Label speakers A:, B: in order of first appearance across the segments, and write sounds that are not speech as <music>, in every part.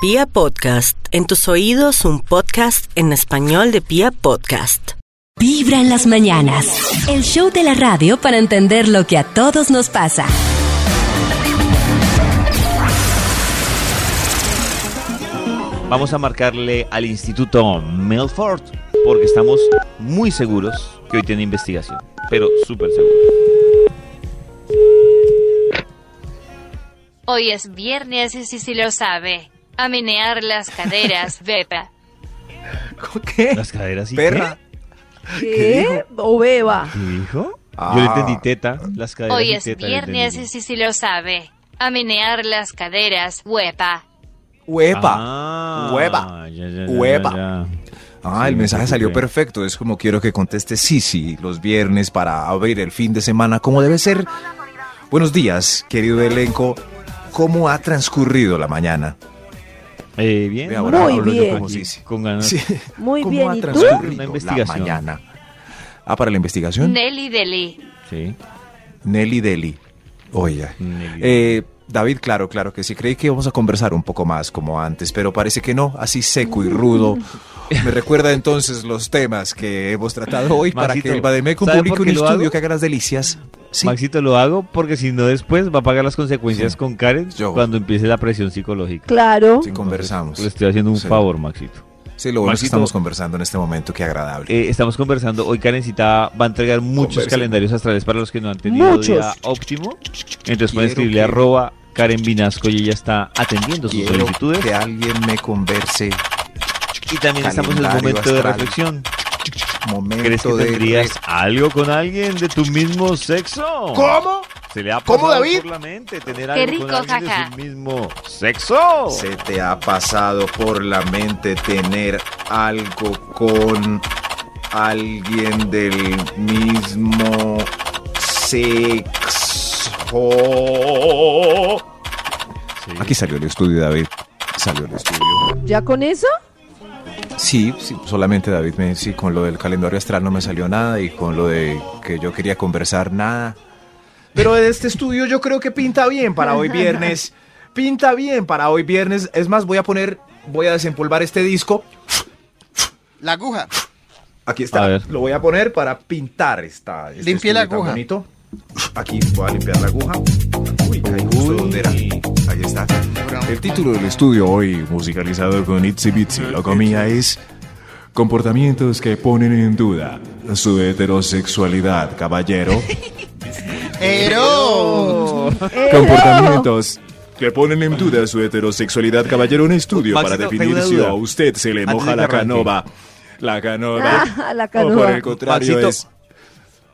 A: Pia Podcast, en tus oídos un podcast en español de Pia Podcast.
B: Vibra en las mañanas. El show de la radio para entender lo que a todos nos pasa.
C: Vamos a marcarle al Instituto Milford porque estamos muy seguros que hoy tiene investigación, pero súper seguros.
D: Hoy es viernes y si lo sabe. A menear las caderas, Bepa.
E: <laughs> ¿Qué?
C: Las caderas y
E: Perra.
F: ¿Qué? O beba.
C: ¿Qué ¿Qué dijo?
E: Ah.
C: Yo le entendí teta, las caderas
D: Hoy
C: y
D: es
C: teta, le
D: viernes
C: entendí.
D: y si lo sabe. A menear las caderas, huepa.
E: Huepa.
C: Ah,
E: Hueva.
C: ya, ya, ya,
E: Hueva.
C: ya, ya.
E: Ah,
C: Sí,
E: el
C: me
E: mensaje salió
C: preocupé.
E: perfecto. Es como quiero que conteste sí, sí, los viernes para abrir el fin de semana, como debe ser. Buenos días, querido elenco. ¿Cómo ha transcurrido la mañana?
C: Eh, bien.
E: Ve ahora,
F: Muy
E: hablo yo
F: bien.
E: como
C: Aquí,
E: sí, sí.
C: Con ganas.
E: Sí.
F: Muy
E: ¿Cómo
F: bien.
E: ha
F: ¿Y tú?
E: transcurrido
C: Una
E: la
C: investigación.
E: mañana? Ah, para la investigación.
D: Nelly Deli.
C: Sí.
E: Nelly Deli. Oiga.
C: Nelly.
E: Eh, David, claro, claro que sí. Creí que íbamos a conversar un poco más como antes, pero parece que no, así seco y rudo. Me recuerda entonces los temas que hemos tratado hoy para
C: Maxito,
E: que el Bademecum
C: ¿sabe
E: publique
C: por
E: un
C: qué lo
E: estudio
C: hago?
E: que haga las delicias. Sí.
C: Maxito, lo hago porque si no después va a pagar las consecuencias con Karen
E: Yo.
C: cuando empiece la presión psicológica.
F: Claro.
E: Sí, conversamos.
C: Le estoy haciendo un
E: Sí.
C: favor, Maxito.
E: Sí, lo bueno es que
C: Maxito.
E: estamos conversando en este momento, qué agradable.
C: Eh, estamos conversando. Hoy Karencita va a entregar muchos
E: Conversa.
C: calendarios astrales para los que no han tenido
F: Muchos.
C: día óptimo. Entonces
E: Quiero
C: pueden escribirle
E: que-
C: arroba Karen Vinasco y ella está atendiendo sus
E: Quiero
C: solicitudes.
E: que alguien me converse.
C: Y también estamos en el
E: calendario
C: momento de
E: astral.
C: reflexión.
E: Momento
C: ¿Crees que
E: de
C: tendrías algo con alguien de tu mismo sexo?
E: ¿Cómo?
C: ¿Se le ha
E: ¿Cómo,
C: pasado
E: David?
C: por la mente tener
D: Qué
C: algo con
D: rico,
C: alguien
D: jaja.
C: de su mismo sexo?
E: ¿Se te ha pasado por la mente tener algo con alguien del mismo sexo?
C: Sí.
E: Aquí salió el estudio, David. Salió el estudio.
F: ¿Ya con eso?
E: <laughs> Sí, sí, solamente David me sí, con lo del calendario astral no me salió nada y con lo de que yo quería conversar nada. Pero de este estudio yo creo que pinta bien para hoy viernes. Pinta bien para hoy viernes. Es más, voy a poner, voy a desempolvar este disco.
G: La aguja.
E: Aquí
C: A
E: está.
C: ver.
E: Lo voy a poner para pintar esta. este
G: Limpie la
E: estudio tan
G: aguja.
E: bonito. Aquí voy a limpiar la aguja. Uy, ahí justo donde era. Ahí está. El título del estudio hoy, musicalizado con Itsy Bitsy Locomía, es Comportamientos que ponen en duda su heterosexualidad,
G: <laughs>
E: caballero.
G: ¡Ero!
F: Eh,
E: Comportamientos que ponen en duda su heterosexualidad, caballero. Un estudio
C: Maxito,
E: para definir
C: tengo una
E: si
C: duda.
E: a usted se le
C: Antes de
E: moja
C: que
E: la
C: arranque.
E: canova. La
G: <laughs>
E: canova.
F: Ah, la
E: O por el
F: canoa.
E: contrario
C: Maxito.
E: es...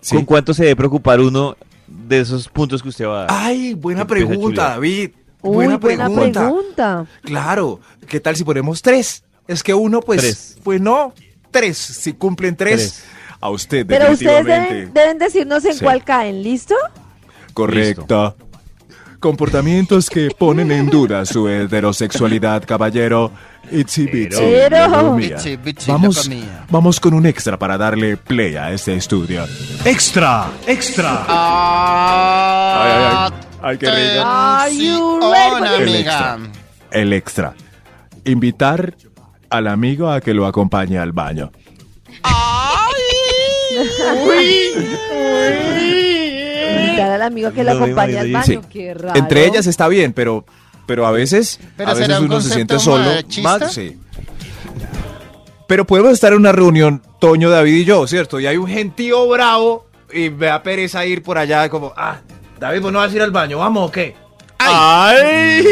E: Sí.
C: ¿Con cuánto se debe preocupar uno de esos puntos que usted va a dar?
E: Ay, buena
C: Empieza a
E: pregunta,
C: chulear.
E: David.
F: Uy,
E: buena,
F: buena,
E: pregunta.
F: pregunta.
E: Claro, ¿qué tal si ponemos tres? Es que uno, pues,
C: Tres.
E: pues no, tres. Si cumplen tres,
C: Tres.
E: a usted
F: Pero ustedes
E: definitivamente.
F: deben, deben decirnos en
E: Sí.
F: cuál caen, ¿listo?
E: Correcto. Comportamientos que ponen en duda su heterosexualidad, caballero. Itsy bitsy.
F: Pero-
E: locomía.
G: Itsy bitsy
E: Vamos,
G: locomía.
E: vamos con un extra para darle play a este estudio.
H: Extra, extra.
G: Ah,
E: Ay, ay, ay. Ay, qué rico.
F: Are you ready?
G: tensión,
E: El
G: amiga.
E: El extra. Invitar al amigo a que lo acompañe al baño.
F: Invitar al amigo que la
C: No me
F: acompañe al
C: imagino,
F: baño.
E: Sí.
F: Qué raro.
E: Entre ellas está bien, pero, pero a veces,
G: Pero
E: a veces
G: ¿será un
E: uno se siente
G: concepto
E: solo.
G: machista?
E: Más- sí. Pero podemos estar en una reunión, Toño, David y yo, ¿cierto? Y hay un gentío bravo y me da pereza ir por allá como, ah, David, vos no vas a ir al baño, vamos o qué.
F: Ah, pero-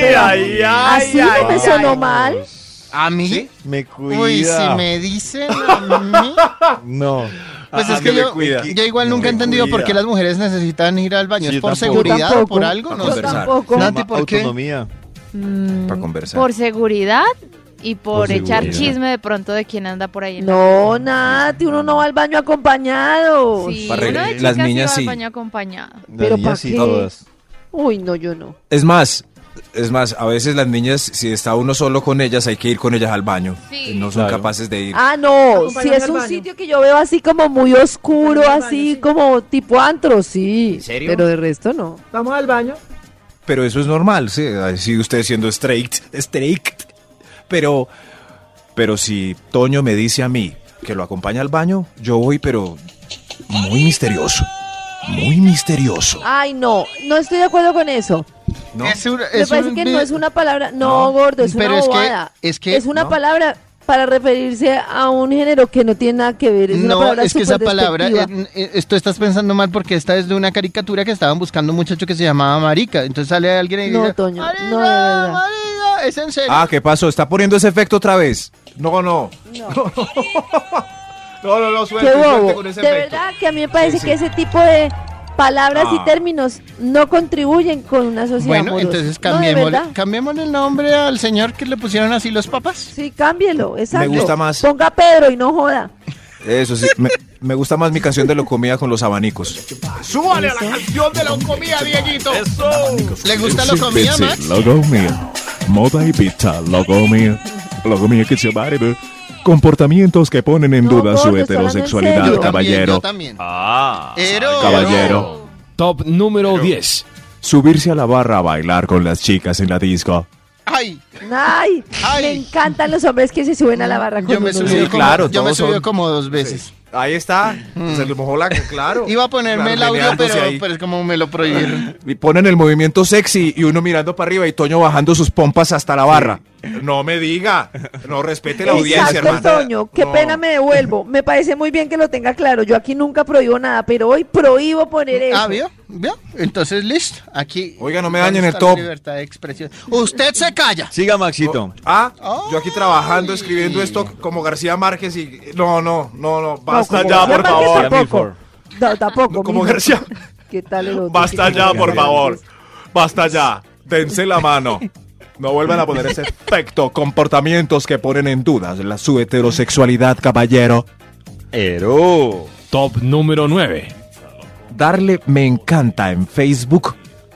F: pero- Así no me sonó mal.
G: ¿A mí?
C: Me
G: Uy, si
C: cuida.
G: me dicen a mí.
C: No.
G: Pues
E: Ah,
G: es que
E: me
G: yo,
E: cuida.
G: yo igual nunca he
E: Me
G: entendido por
E: cuida.
G: qué las mujeres necesitan ir al baño.
C: Sí,
G: ¿Es
C: yo
G: por
F: Yo
G: seguridad
F: tampoco.
G: por algo? No
E: Yo
G: sé.
F: Yo
E: Conversar.
F: tampoco.
G: Nati,
C: Llama
G: ¿por qué?
C: Autonomía.
E: Para conversar.
I: Mm, Por seguridad y por,
C: Por
I: echar
C: seguridad.
I: chisme de pronto de quién anda por ahí. en
F: No, Nati, uno no va al baño acompañado.
I: Sí,
E: Para
I: uno de
E: arreglar- las
I: chicas
E: niñas
I: iba
E: sí.
I: al baño acompañado.
F: Pero
C: Niñas
F: ¿pa'
C: sí,
F: qué?
C: todas.
F: Uy, no, yo no.
E: Es más, es más, a veces las niñas, si está uno solo con ellas, hay que ir con ellas al baño.
I: Sí.
E: No son
C: Claro.
E: capaces de ir.
F: Ah, no, si es un sitio que yo veo así como muy oscuro, así como tipo antro, sí. Pero de resto no. Vamos
E: Pero eso es normal, sí. Así usted siendo straight, straight. Pero, pero si Toño me dice a mí que lo acompaña al baño, yo voy, pero muy misterioso. Muy misterioso.
F: Ay, no, no estoy de acuerdo con eso.
E: ¿no?
G: Es un-
F: Me
G: es
F: parece
G: un
F: que
G: vi-
F: no es una palabra. No,
E: No,
F: gordo, es
G: pero
F: una
G: es que-
F: bobada.
G: es que-
F: una
E: no.
F: palabra para referirse a un género que no tiene nada que ver. Es una
G: No,
F: palabra
G: es que esa palabra,
F: superdespectiva.
G: eh, eh, tú estás pensando mal porque esta es de una caricatura que estaban buscando un muchacho que se llamaba Marica. Entonces sale alguien y
F: No,
G: dice,
F: Toño,
G: "Marica,
F: no, de verdad.
G: Marica", es en serio.
E: Ah, ¿qué pasó? ¿Está poniendo ese efecto otra vez? No, no. <laughs> No, no, no,
F: Qué
E: suerte, suerte
F: bobo.
E: con ese
F: De
E: efecto.
F: verdad que a mí me parece
E: Sí, sí.
F: que ese tipo de palabras
E: Ah.
F: y términos no contribuyen con una sociedad
G: Bueno,
F: amorosa.
G: entonces
F: No, de
G: cambiémosle,
F: verdad.
G: cambiémosle el nombre al señor que le pusieron así los papas.
F: Sí, cámbielo, exacto.
E: gusta más.
F: Ponga Pedro y no
G: <laughs>
F: joda.
E: Eso sí, me, me gusta más mi canción de lo comida con los abanicos.
G: ¡Súbale a la canción de la comida, Dieguito! ¿Le gusta la comida,
J: Pizza,
G: Max?
J: logo mío. Moda y pizza, logo mío. Logo mío que se vale. Comportamientos que ponen en
F: No,
J: duda
F: gordo,
J: su
F: estoy hablando en
E: Ah,
J: heterosexualidad,
F: serio.
J: caballero.
G: también, yo también.
C: Ah.
G: Pero-
J: Caballero.
H: Top número 10.
J: Subirse a la barra a bailar con las chicas en la disco.
G: ¡Ay!
F: Ay,
G: Ay.
F: me encantan los hombres que se suben a la barra con
G: Yo me
F: uno.
G: subí,
E: Sí,
G: como,
E: claro,
G: yo me
E: todos
G: subí
E: son-
G: como dos veces.
E: Ahí está. Se lo mojó la claro.
G: Mm. Iba a ponerme el
E: Claro,
G: audio,
E: meneándose
G: pero,
E: ahí.
G: pero es como me lo
F: <laughs>
G: prohibieron.
E: Y ponen el movimiento sexy y uno mirando para arriba y Toño bajando sus pompas hasta la barra. No me diga. No respete la audiencia,
F: Exacto,
E: hermano.
F: Toño. Qué
E: No.
F: pena me devuelvo. Me parece muy bien que lo tenga claro. Yo aquí nunca prohíbo nada, pero hoy prohíbo poner eso.
G: Ah, ¿vio? ¿Vio? Entonces, listo. Aquí.
E: Oiga, no me
G: ¿dónde
E: dañen el
G: está la
E: top.
G: libertad de expresión. Usted se calla.
C: Siga, Maxito.
E: Ah, yo aquí trabajando, escribiendo
G: Ay.
E: esto como García Márquez y... No, no, no, no. Basta
F: como
E: ya,
F: García
E: por
F: Márquez
E: favor.
F: Tampoco. No, tampoco.
E: Como
F: mismo.
E: García.
F: ¿Qué tal el otro?
E: Basta
F: ¿Qué
E: ya,
F: tal?
E: por favor. Basta ya. Dense la mano. No vuelvan a poner ese efecto. Comportamientos que ponen en dudas la, su heterosexualidad, caballero.
C: Pero.
H: Top número 9.
E: Darle me encanta en Facebook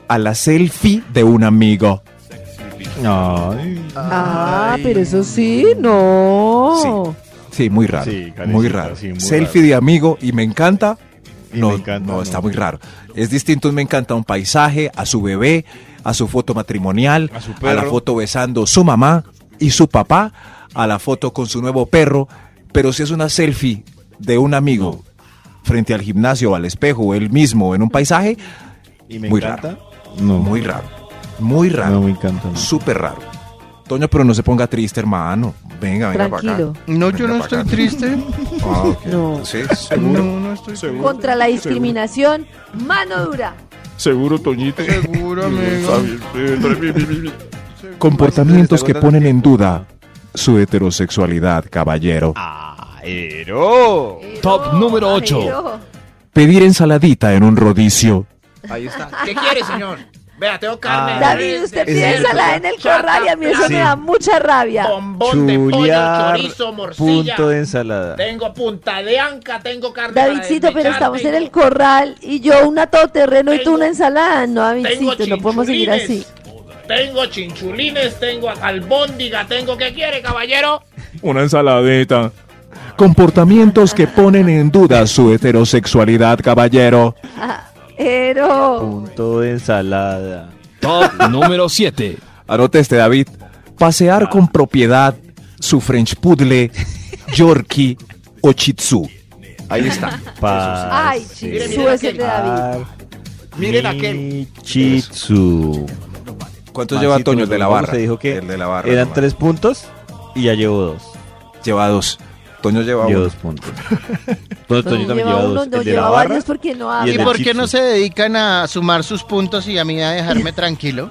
E: a la selfie de un amigo. Oh.
F: Ah, pero eso sí, no.
E: Sí, muy raro.
C: Sí, Karencita,
E: muy raro.
C: sí, muy
E: selfie de amigo y me encanta.
C: Y
E: no,
C: me encanta,
E: no,
C: no.
E: está muy raro. Es distinto un me encanta a un paisaje, a su bebé, a su foto matrimonial,
C: A su
E: la
C: perro.
E: foto besando su mamá y su papá, a la foto con su nuevo perro. Pero si es una selfie de un amigo frente al gimnasio, o al espejo, o él mismo en un paisaje,
C: ¿Y me
E: Muy
C: encanta?
E: no. muy raro. Muy raro.
C: No me encanta. no.
E: Súper raro. Toño, pero no se ponga triste, hermano. Venga, venga para acá.
F: Tranquilo.
G: No, yo
E: Venga
G: no
E: pa'
G: estoy
E: acá. <laughs>
G: triste.
E: Ah, ok.
F: No.
E: Sí,
G: No,
E: seguro.
G: no estoy seguro.
F: Contra la discriminación, mano dura.
J: Seguro, Toñito.
G: Seguro, amigo.
J: Comportamientos que ponen en duda su heterosexualidad, caballero.
E: Oh.
C: Aero.
H: Top número
F: Ay,
H: ocho.
F: no.
J: Pedir ensaladita en un rodicio.
E: Ahí está.
G: ¿Qué quiere, señor? Vea, tengo
H: Ah.
C: carne,
F: David, usted
C: es cierto.
F: piensa la en el corral y a mí eso
C: Sí.
F: me da mucha rabia.
G: bombón
C: Chulear. Punto de ensalada.
G: Tengo punta de anca, tengo carne.
F: Davidcito, pero estamos en el corral y yo una todoterreno y tú una ensalada. No, Davidcito, no podemos seguir así.
G: Tengo chinchulines, tengo albóndiga, tengo ¿qué quiere, caballero?
J: Una ensaladita. Comportamientos que ponen en duda su heterosexualidad, caballero.
F: Ah, Pero,
C: Punto de ensalada.
H: Top número 7.
E: Anote este, David. Pasear con propiedad su French Poodle, Yorkie o Shih Tzu. Ahí está.
F: ay,
C: Pasear.
F: su ese de David.
G: Miren aquel.
C: Michitsu.
E: ¿Cuánto lleva
C: Maxito,
E: Toño el de la
C: nosotros
E: barra?
C: Te dijo que
E: el de la barra.
C: eran
E: nomás.
C: tres puntos y ya llevo dos.
E: Lleva dos. Toño lleva
C: llevo
E: uno.
C: dos <laughs> puntos. Entonces Toño también
F: lleva
C: lleva dos.
F: uno, no
C: el de la
F: lleva
C: barra.
F: varios porque
C: Y el
F: no
G: ¿Y
F: habla.
C: del
G: por qué
C: chipso.
G: no se dedican a sumar sus puntos y a mí a dejarme tranquilo?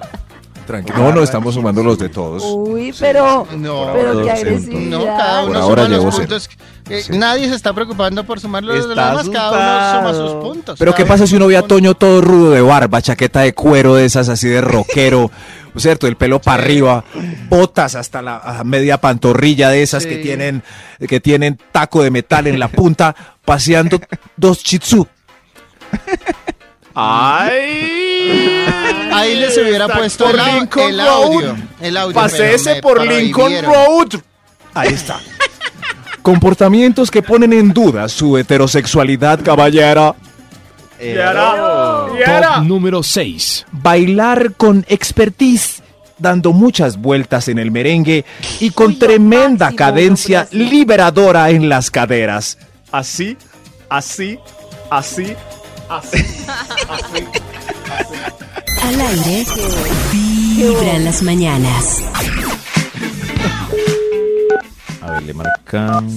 E: Tranquilo. No, no, estamos sumando los de todos.
F: Uy, pero,
G: No,
F: <laughs> pero qué
E: dos puntos.
F: agresividad.
G: No, cada uno
E: Por ahora
G: suma
E: llevo
G: los
E: cero.
G: puntos. Eh,
E: Sí.
G: Nadie se está preocupando por sumar los
C: Está
G: demás, cada uno suma
C: asustado.
G: sus puntos.
E: Pero ¿qué
G: Cada
E: pasa si uno ve a
G: suma un
E: Toño todo rudo de barba, chaqueta de cuero de esas así de <laughs> rockero, ¿cierto? El pelo para arriba, botas hasta la a media pantorrilla de esas que
G: Sí.
E: tienen que tienen taco de metal en la punta, paseando dos chitsu.
C: <laughs> ¡Ay!
G: punto? Ahí les hubiera puesto
E: por
G: el, au-
E: Lincoln
G: el audio.
E: Road.
G: El audio pero
E: Paséese
G: me
E: por Lincoln
G: prohibieron.
E: Road. Ahí <laughs> está. Comportamientos que ponen en duda su heterosexualidad, caballero.
C: Era-
F: Pero-
H: Top número 6.
J: Bailar con expertise, dando muchas vueltas en el merengue y con tremenda cadencia liberadora en las caderas. Así, así, así, así.
B: Al aire, vibra en las mañanas.
C: A ver, le marcamos.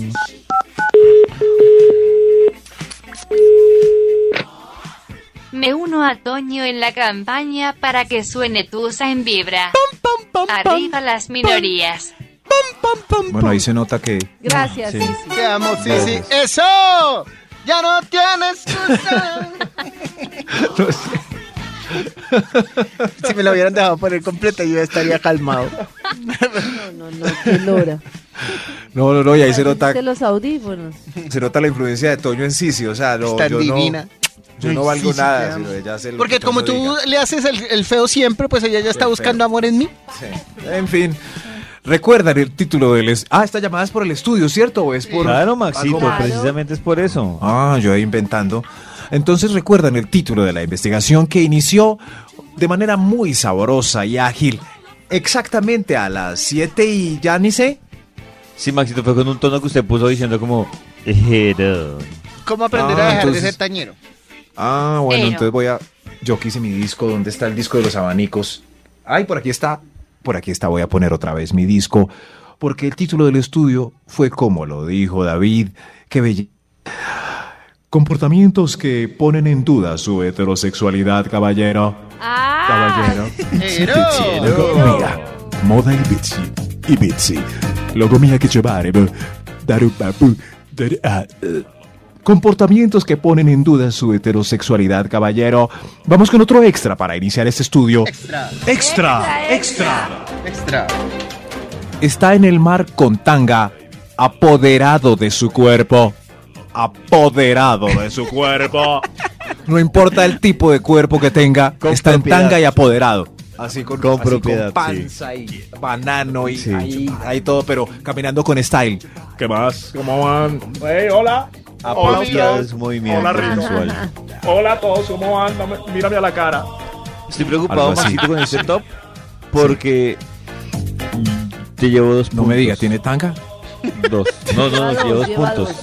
D: Me uno a Toño en la campaña para que suene Tusa en vibra. Arriba las minorías.
E: Bueno, ahí se nota que.
F: Gracias,
E: Sí.
F: sí,
G: Te amo, sí, sí.
E: Gracias.
G: ¡Eso! ¡Ya no tienes
E: <laughs>
G: excusa! si me lo hubieran dejado poner completa, yo estaría calmado.
F: No, no, no, qué lora.
E: No, no, no, y ahí se nota,
F: De los audífonos.
E: se nota la influencia de Toño en Sisi. O sea, no,
G: Es tan
E: yo
G: divina.
E: no. Yo no
G: Ay,
E: valgo
G: Sisi, te
E: nada,
G: amo.
E: sino ella hace lo
G: Porque
E: que Toño
G: como tú <laughs>
E: diga.
G: le haces el, el feo siempre, pues ella ya está
E: El
G: buscando
E: feo.
G: amor en mí.
E: Sí. En fin. Recuerdan el título del... es- Ah, esta llamada es por el estudio, ¿cierto? ¿O es por...
C: Claro, Maxito,
F: Claro.
C: precisamente es por eso.
E: Ah, yo ahí inventando. Entonces recuerdan el título de la investigación que inició de manera muy sabrosa y ágil. Exactamente a las 7 y ya ni sé.
C: Sí, Maxito, fue con un tono que usted puso diciendo como... "Ejero".
G: ¿Cómo aprender
E: Ah,
G: a dejar de
E: entonces- <laughs>
G: ser tañero?
E: Ah, bueno,
D: Pero.
E: entonces voy a... Yo quise mi disco, ¿dónde está el disco de los abanicos? Ay, por aquí está. Por aquí está, voy a poner otra vez mi disco. Porque el título del estudio fue como lo dijo David. Qué belleza.
J: Comportamientos que ponen en duda su heterosexualidad, caballero.
I: Ah,
J: Caballero.
C: Oh.
G: ¡Ejero!
J: Mira, moda y bitchy. Y bitchy. Luego mía que llevar. ah, eh. Comportamientos que ponen en duda su heterosexualidad, caballero. Vamos con otro extra para iniciar este estudio.
G: Extra,
J: Extra, extra.
G: extra.
E: Está en el mar con tanga, apoderado de su cuerpo.
J: Apoderado de su
C: <laughs>
J: cuerpo.
E: No importa el tipo de cuerpo que tenga,
C: Con
E: está
C: propiedad.
E: en tanga y apoderado. Así con,
C: Con
E: así
C: propiedad,
E: panza y banano y
C: Sí.
E: ahí, ahí todo, pero caminando con style.
J: ¿Qué más? ¿Cómo van? Hey, hola.
C: Aplauso de su movimiento
J: Hola, Rico.
C: sensual.
J: Hola a todos, ¿cómo van? Mírame a la cara.
C: Estoy preocupado,
E: Algo así.
C: Maxito, con este top porque te llevo dos puntos.
E: No me diga, ¿tiene tanga?
C: dos. No, no, no,
F: Lleva
C: te llevo
F: dos,
C: dos
F: lleva
C: puntos.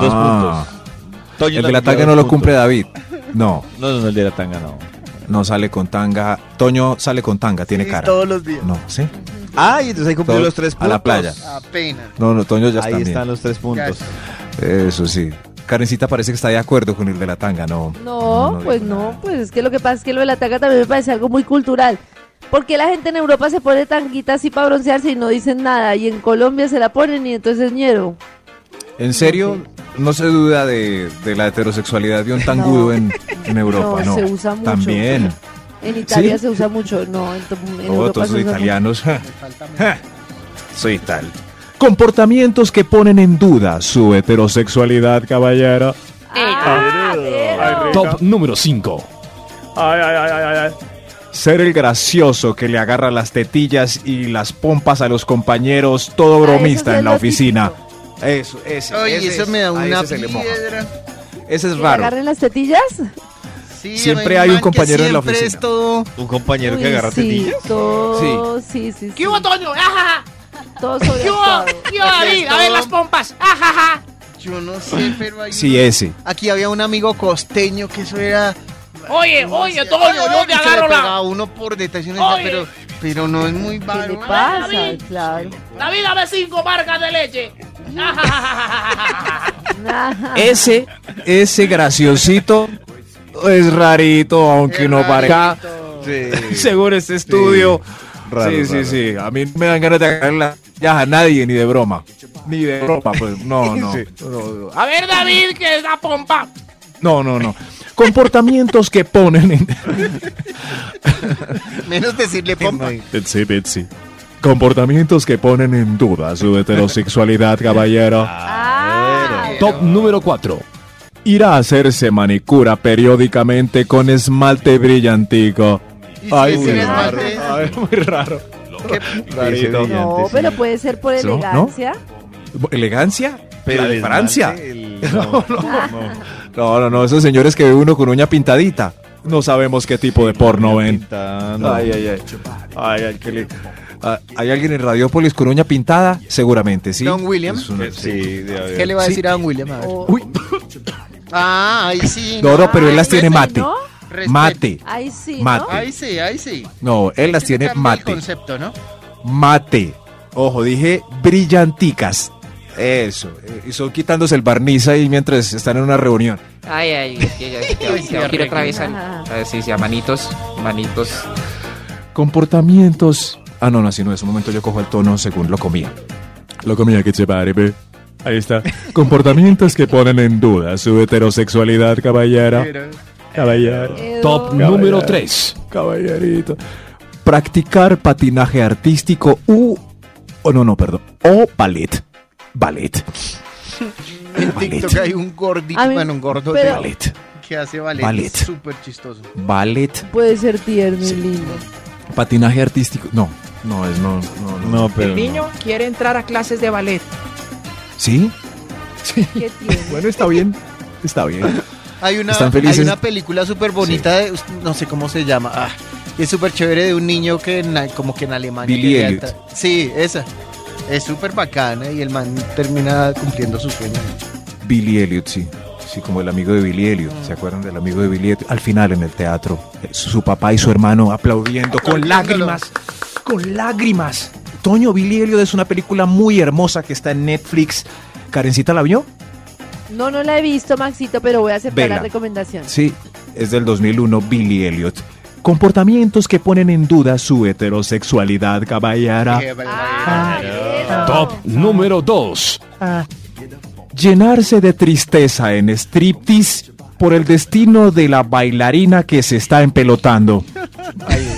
C: Dos
E: Ah,
C: puntos. Toño
E: El de
C: también
E: la tanga
C: lleva
E: no
C: dos puntos.
E: lo cumple David. No,
C: No, no, no, el de la tanga no.
E: no sale con tanga. Toño sale con tanga, tiene cara.
G: Todos los días.
E: No, ¿sí?
C: Ah, y entonces ahí cumplió
E: Todo-
C: los tres
E: a
C: puntos.
E: la playa.
G: Apenas.
E: No, no, Toño ya
C: Ahí
E: está bien.
C: están los tres puntos.
E: Eso sí. Karencita parece que está de acuerdo con el de la tanga, ¿no?
F: No,
E: digo
F: pues
E: nada.
F: no, pues es que lo que pasa es que lo de la tanga también me parece algo muy cultural. ¿Por qué la gente en Europa se pone tanguita así para broncearse y no dicen nada? Y en Colombia se la ponen y entonces es ñero.
E: ¿En serio? No se duda de, de la heterosexualidad de un tangudo
F: <laughs> No.
E: en, en Europa,
F: No,
E: no.
F: se usa mucho.
E: También.
F: En Italia
E: ¿Sí?
F: se usa mucho, no, en, to- en
E: No,
F: Europa
E: Oh, todos
F: se
E: los
F: usa
E: italianos. ja, ja, Soy tal.
J: Comportamientos que ponen en duda su heterosexualidad, caballero.
F: mucho. Ah, pero.
H: Top número 5.
J: Ay, ay, ay, ay, ay. Ser el gracioso que le agarra las tetillas y las pompas a los compañeros, todo
F: Ah, eso
J: bromista
F: sí es
J: en la
F: lo
J: oficina.
F: típico.
E: Eso, ese.
G: Oye,
E: ese
G: eso
E: es-
G: me da
E: a
G: una
E: ese se le moja.
G: piedra.
E: Ese es
F: ¿Que le
E: raro.
F: agarren las tetillas?
G: Sí,
E: Siempre
G: man
E: hay un
G: que
E: compañero en la
G: siempre
E: oficina.
G: es todo-
C: Un compañero que
F: Uy,
C: agarra
F: sí,
C: tetillas.
F: todo- sí, sí, sí.
K: ¿Qué hubo, Toño? ¡Ajaja!
F: Todo sobre
K: ¿Qué hubo? ¿Qué hubo, David? A ver las pompas. Ah, ¡Ajaja!
G: Yo no sé,
E: <laughs>
G: pero hay
E: Sí,
G: una-
E: ese.
G: Aquí había un amigo costeño que eso era...
K: Oye, Eh, oye, Toño,
G: Ay,
K: yo te
G: que se le
K: agarro
G: pegaba
K: la.
G: uno por detención,
K: Oye.
G: pero, pero no es muy
F: ¿Qué le
G: bárbaro.
F: pasa?
K: David.
F: Claro.
K: David, dame cinco marcas de leche. Ajajajajaja.
F: Ajá.
E: Ese, ese graciosito es rarito, aunque
G: Es
E: no parezca. Seguro este estudio.
C: Raro,
E: sí,
C: raro.
E: sí, sí. A mí no me dan ganas de agarrar la ya a nadie, ni de broma. Ni de broma, pues. No, no. No,
K: A ver, David, que es la pompa.
E: no, no. no.
J: comportamientos que ponen en...
G: <laughs> Menos decirle pompa.
J: Betsy, Betsy. Comportamientos que ponen en duda su
K: <laughs>
J: heterosexualidad, caballero.
F: Ah,
H: Top número 4.
J: Ir a hacerse manicura periódicamente con esmalte brillantico.
G: Y si es sin esmalte,
J: ay, muy raro. Rarito.
C: brillante,
F: no, pues,
C: sí.
F: pero puede ser por
E: ¿No? ¿No?
F: elegancia.
E: ¿Elegancia?
C: Pero
E: ¿La de
C: el
E: Francia?
C: esmalte, el- <laughs> no,
E: No, no, no. Esos señores que ve uno con uña pintadita. No sabemos qué tipo de porno ven.
J: Ay, ay, ay. Ay, ay, qué lindo.
E: Ah, ¿Hay alguien en Radiópolis con uña pintada? Seguramente, sí.
G: Don William.
E: Es una-
C: Sí,
G: ¿Qué le va a
E: Eh, Sí.
G: decir a Don William? A ver.
F: Oh.
G: Ah, ahí sí.
E: No, no, pero él las tiene
F: Ay,
E: mate.
F: ¿no?
G: Respete.
E: Mate.
F: Ahí sí,
E: Mate.
G: Ahí sí, ahí sí.
E: No, él las tiene
G: Cambia El
E: mate.
G: concepto, ¿no?
E: Mate. Ojo, dije brillanticas. Eso. Eh, Y son quitándose el barniz ahí mientras están en una reunión.
L: Ay, ay, ay, ay, te- te- te- quiero otra vez al- a- sí, sí, a manitos, manitos.
E: Comportamientos. Ah, no, no, así no es. Un momento yo cojo el tono según lo comía.
H: Lo comía que se pare, ve. Ahí
E: <laughs>
H: está. Comportamientos que ponen en duda su heterosexualidad, caballera. Caballero.
E: Eh,
H: Top número 3.
E: Caballerito. Practicar patinaje artístico u. Oh, no, no, perdón. O ballet. Ballet.
G: En TikTok hay un gordito,
F: A mí-
G: bueno, un gordo de
F: pero-
E: Ballet.
G: que hace ballet.
E: Ballet.
G: Súper chistoso.
E: Ballet.
F: puede ser tierno y lindo.
E: Patinaje artístico. No, no, es no. No, no.
L: El niño quiere entrar a clases de ballet.
E: ¿Sí?
F: ¿Qué tiene?
E: Bueno, está bien. Está bien.
G: Hay una,
E: ¿Están
G: hay
E: felices?
G: una película súper bonita, de, no sé cómo se llama. ah, es súper chévere de un niño que en- como que en Alemania.
E: Billy
G: quería
E: Elliot.
G: entrar. Sí, esa. Es súper bacana y el man termina cumpliendo su sueño.
E: Billy Elliot, sí. Sí, como el amigo de Billy Elliot. ¿Se acuerdan del amigo de Billy Elliot? Al final en el teatro, eh, su papá y su hermano aplaudiendo con lágrimas. Con lágrimas. Toño Billy Elliot es una película muy hermosa que está en Netflix. ¿Karencita la vio?
F: No, no la he visto, Maxito, pero voy a aceptar
E: Vela.
F: la recomendación.
E: Sí, es del 2001, Billy Elliot. Comportamientos que ponen en duda su heterosexualidad, caballera.
H: Top
F: Ah,
H: número 2.
E: Llenarse de tristeza en striptease por el destino de la bailarina que se está empelotando.
F: Ay,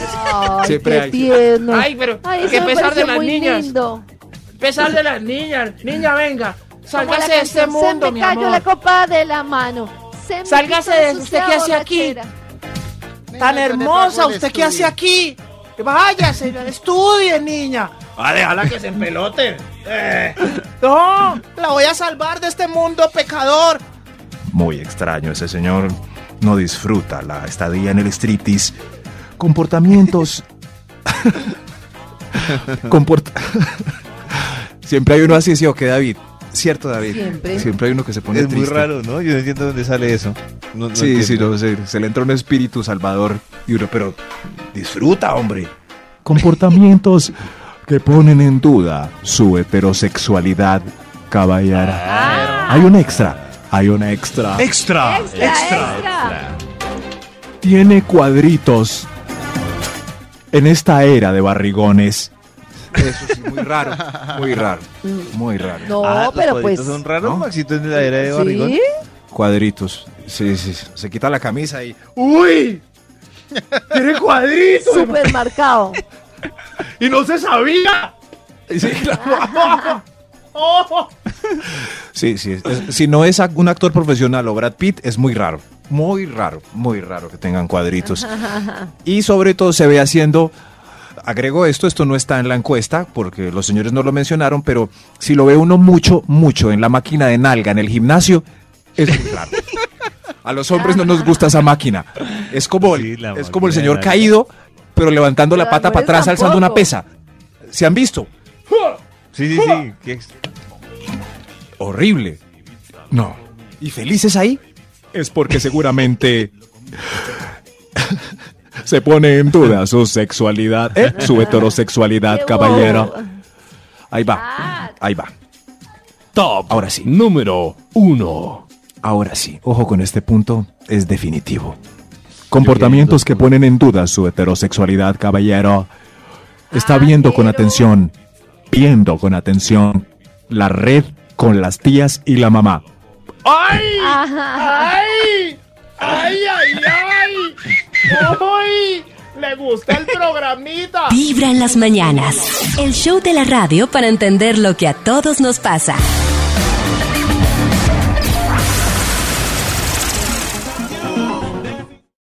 E: Siempre
F: qué
E: hay.
F: tierno.
K: Ay, pero
F: Ay,
K: qué
F: eso me
K: pesar de
F: pareció
K: las
F: muy
K: niñas.
F: lindo.
K: Pesar de las niñas. Niña, venga.
F: Como la
K: Sálgase de este
F: canción,
K: mundo,
F: Se
K: mi
F: me cayó
K: amor.
F: la copa de la mano. Se me
K: Sálgase
F: quitó
K: de- este,
F: su
K: ¿usted qué hace aquí?
F: borrachera.
K: Tan hermosa,
G: Paco, el
K: ¿usted qué hace aquí? Váyase, estudie, niña. Ah, déjala que se empelote. <laughs> Eh. No, la voy a salvar de este mundo pecador.
E: Muy extraño, ese señor no disfruta la estadía en el striptease. Comportamientos. <laughs> Comport- <laughs> Siempre hay uno así, ¿sí o qué, David? Cierto, David.
F: Siempre.
E: hay uno que se pone
C: Es muy
E: triste.
C: raro, ¿no? Yo no entiendo dónde sale eso. No- no
E: sí, sí,
C: entiendo.
E: no sé, se le entra un espíritu salvador y uno, pero disfruta, hombre. Comportamientos que ponen en duda su heterosexualidad, caballera. Hay un extra, hay un extra.
H: Extra.
F: Extra, extra.
E: Tiene cuadritos en esta era de barrigones. Eso sí, muy
F: <laughs>
E: raro, muy raro, muy raro.
F: No,
C: Ah, los
F: pero pues.
C: cuadritos son raros,
E: ¿no?
C: Maxito, en la era de barrigón.
F: ¿Sí?
C: <laughs>
E: Cuadritos, sí, sí, sí, se quita la camisa y... <laughs>
J: ¡Uy! ¡Tiene cuadritos!
F: Súper marcado.
J: ¡Y no se sabía! <laughs>
E: Sí,
J: ¡Oh!
E: Sí, sí. es- es- si no es ac- un actor profesional o Brad Pitt, es muy raro. Muy raro, muy raro que tengan
J: <laughs>
E: cuadritos. Y sobre todo se ve haciendo, agrego esto, esto no está en la encuesta porque los señores no lo mencionaron, pero si lo ve uno mucho, mucho en la máquina de nalga en el gimnasio, es muy raro. A los hombres no nos gusta esa máquina. Es como,
C: Sí,
E: el-
C: la
E: es como
C: máquina
E: el
C: de
E: señor
C: nalga.
E: caído, pero levantando la
F: Pero
E: pata
F: no
E: para
F: es
E: atrás, alzando una
F: tampoco.
E: pesa. ¿Se han visto?
C: Sí, sí, sí. qué ex-
E: horrible. No. ¿Y felices ahí? Es porque seguramente se pone en duda su sexualidad, ¿eh? su heterosexualidad,
F: Qué
E: caballero.
F: bobo.
E: Ahí
F: Ah.
E: va, ahí va.
H: Top
E: Ahora sí,
H: número 1.
E: ahora sí. Ojo con este punto, es definitivo. Comportamientos que ponen en duda su heterosexualidad, caballero. Está viendo con atención, viendo con atención la red con las tías y la mamá.
J: ¡Ay!
F: Ajá.
J: ¡Ay! ¡Ay, ay, ay! ¡Uy! ¡Le gusta el programita!
B: Vibra en las mañanas. El show de la radio para entender lo que a todos nos pasa.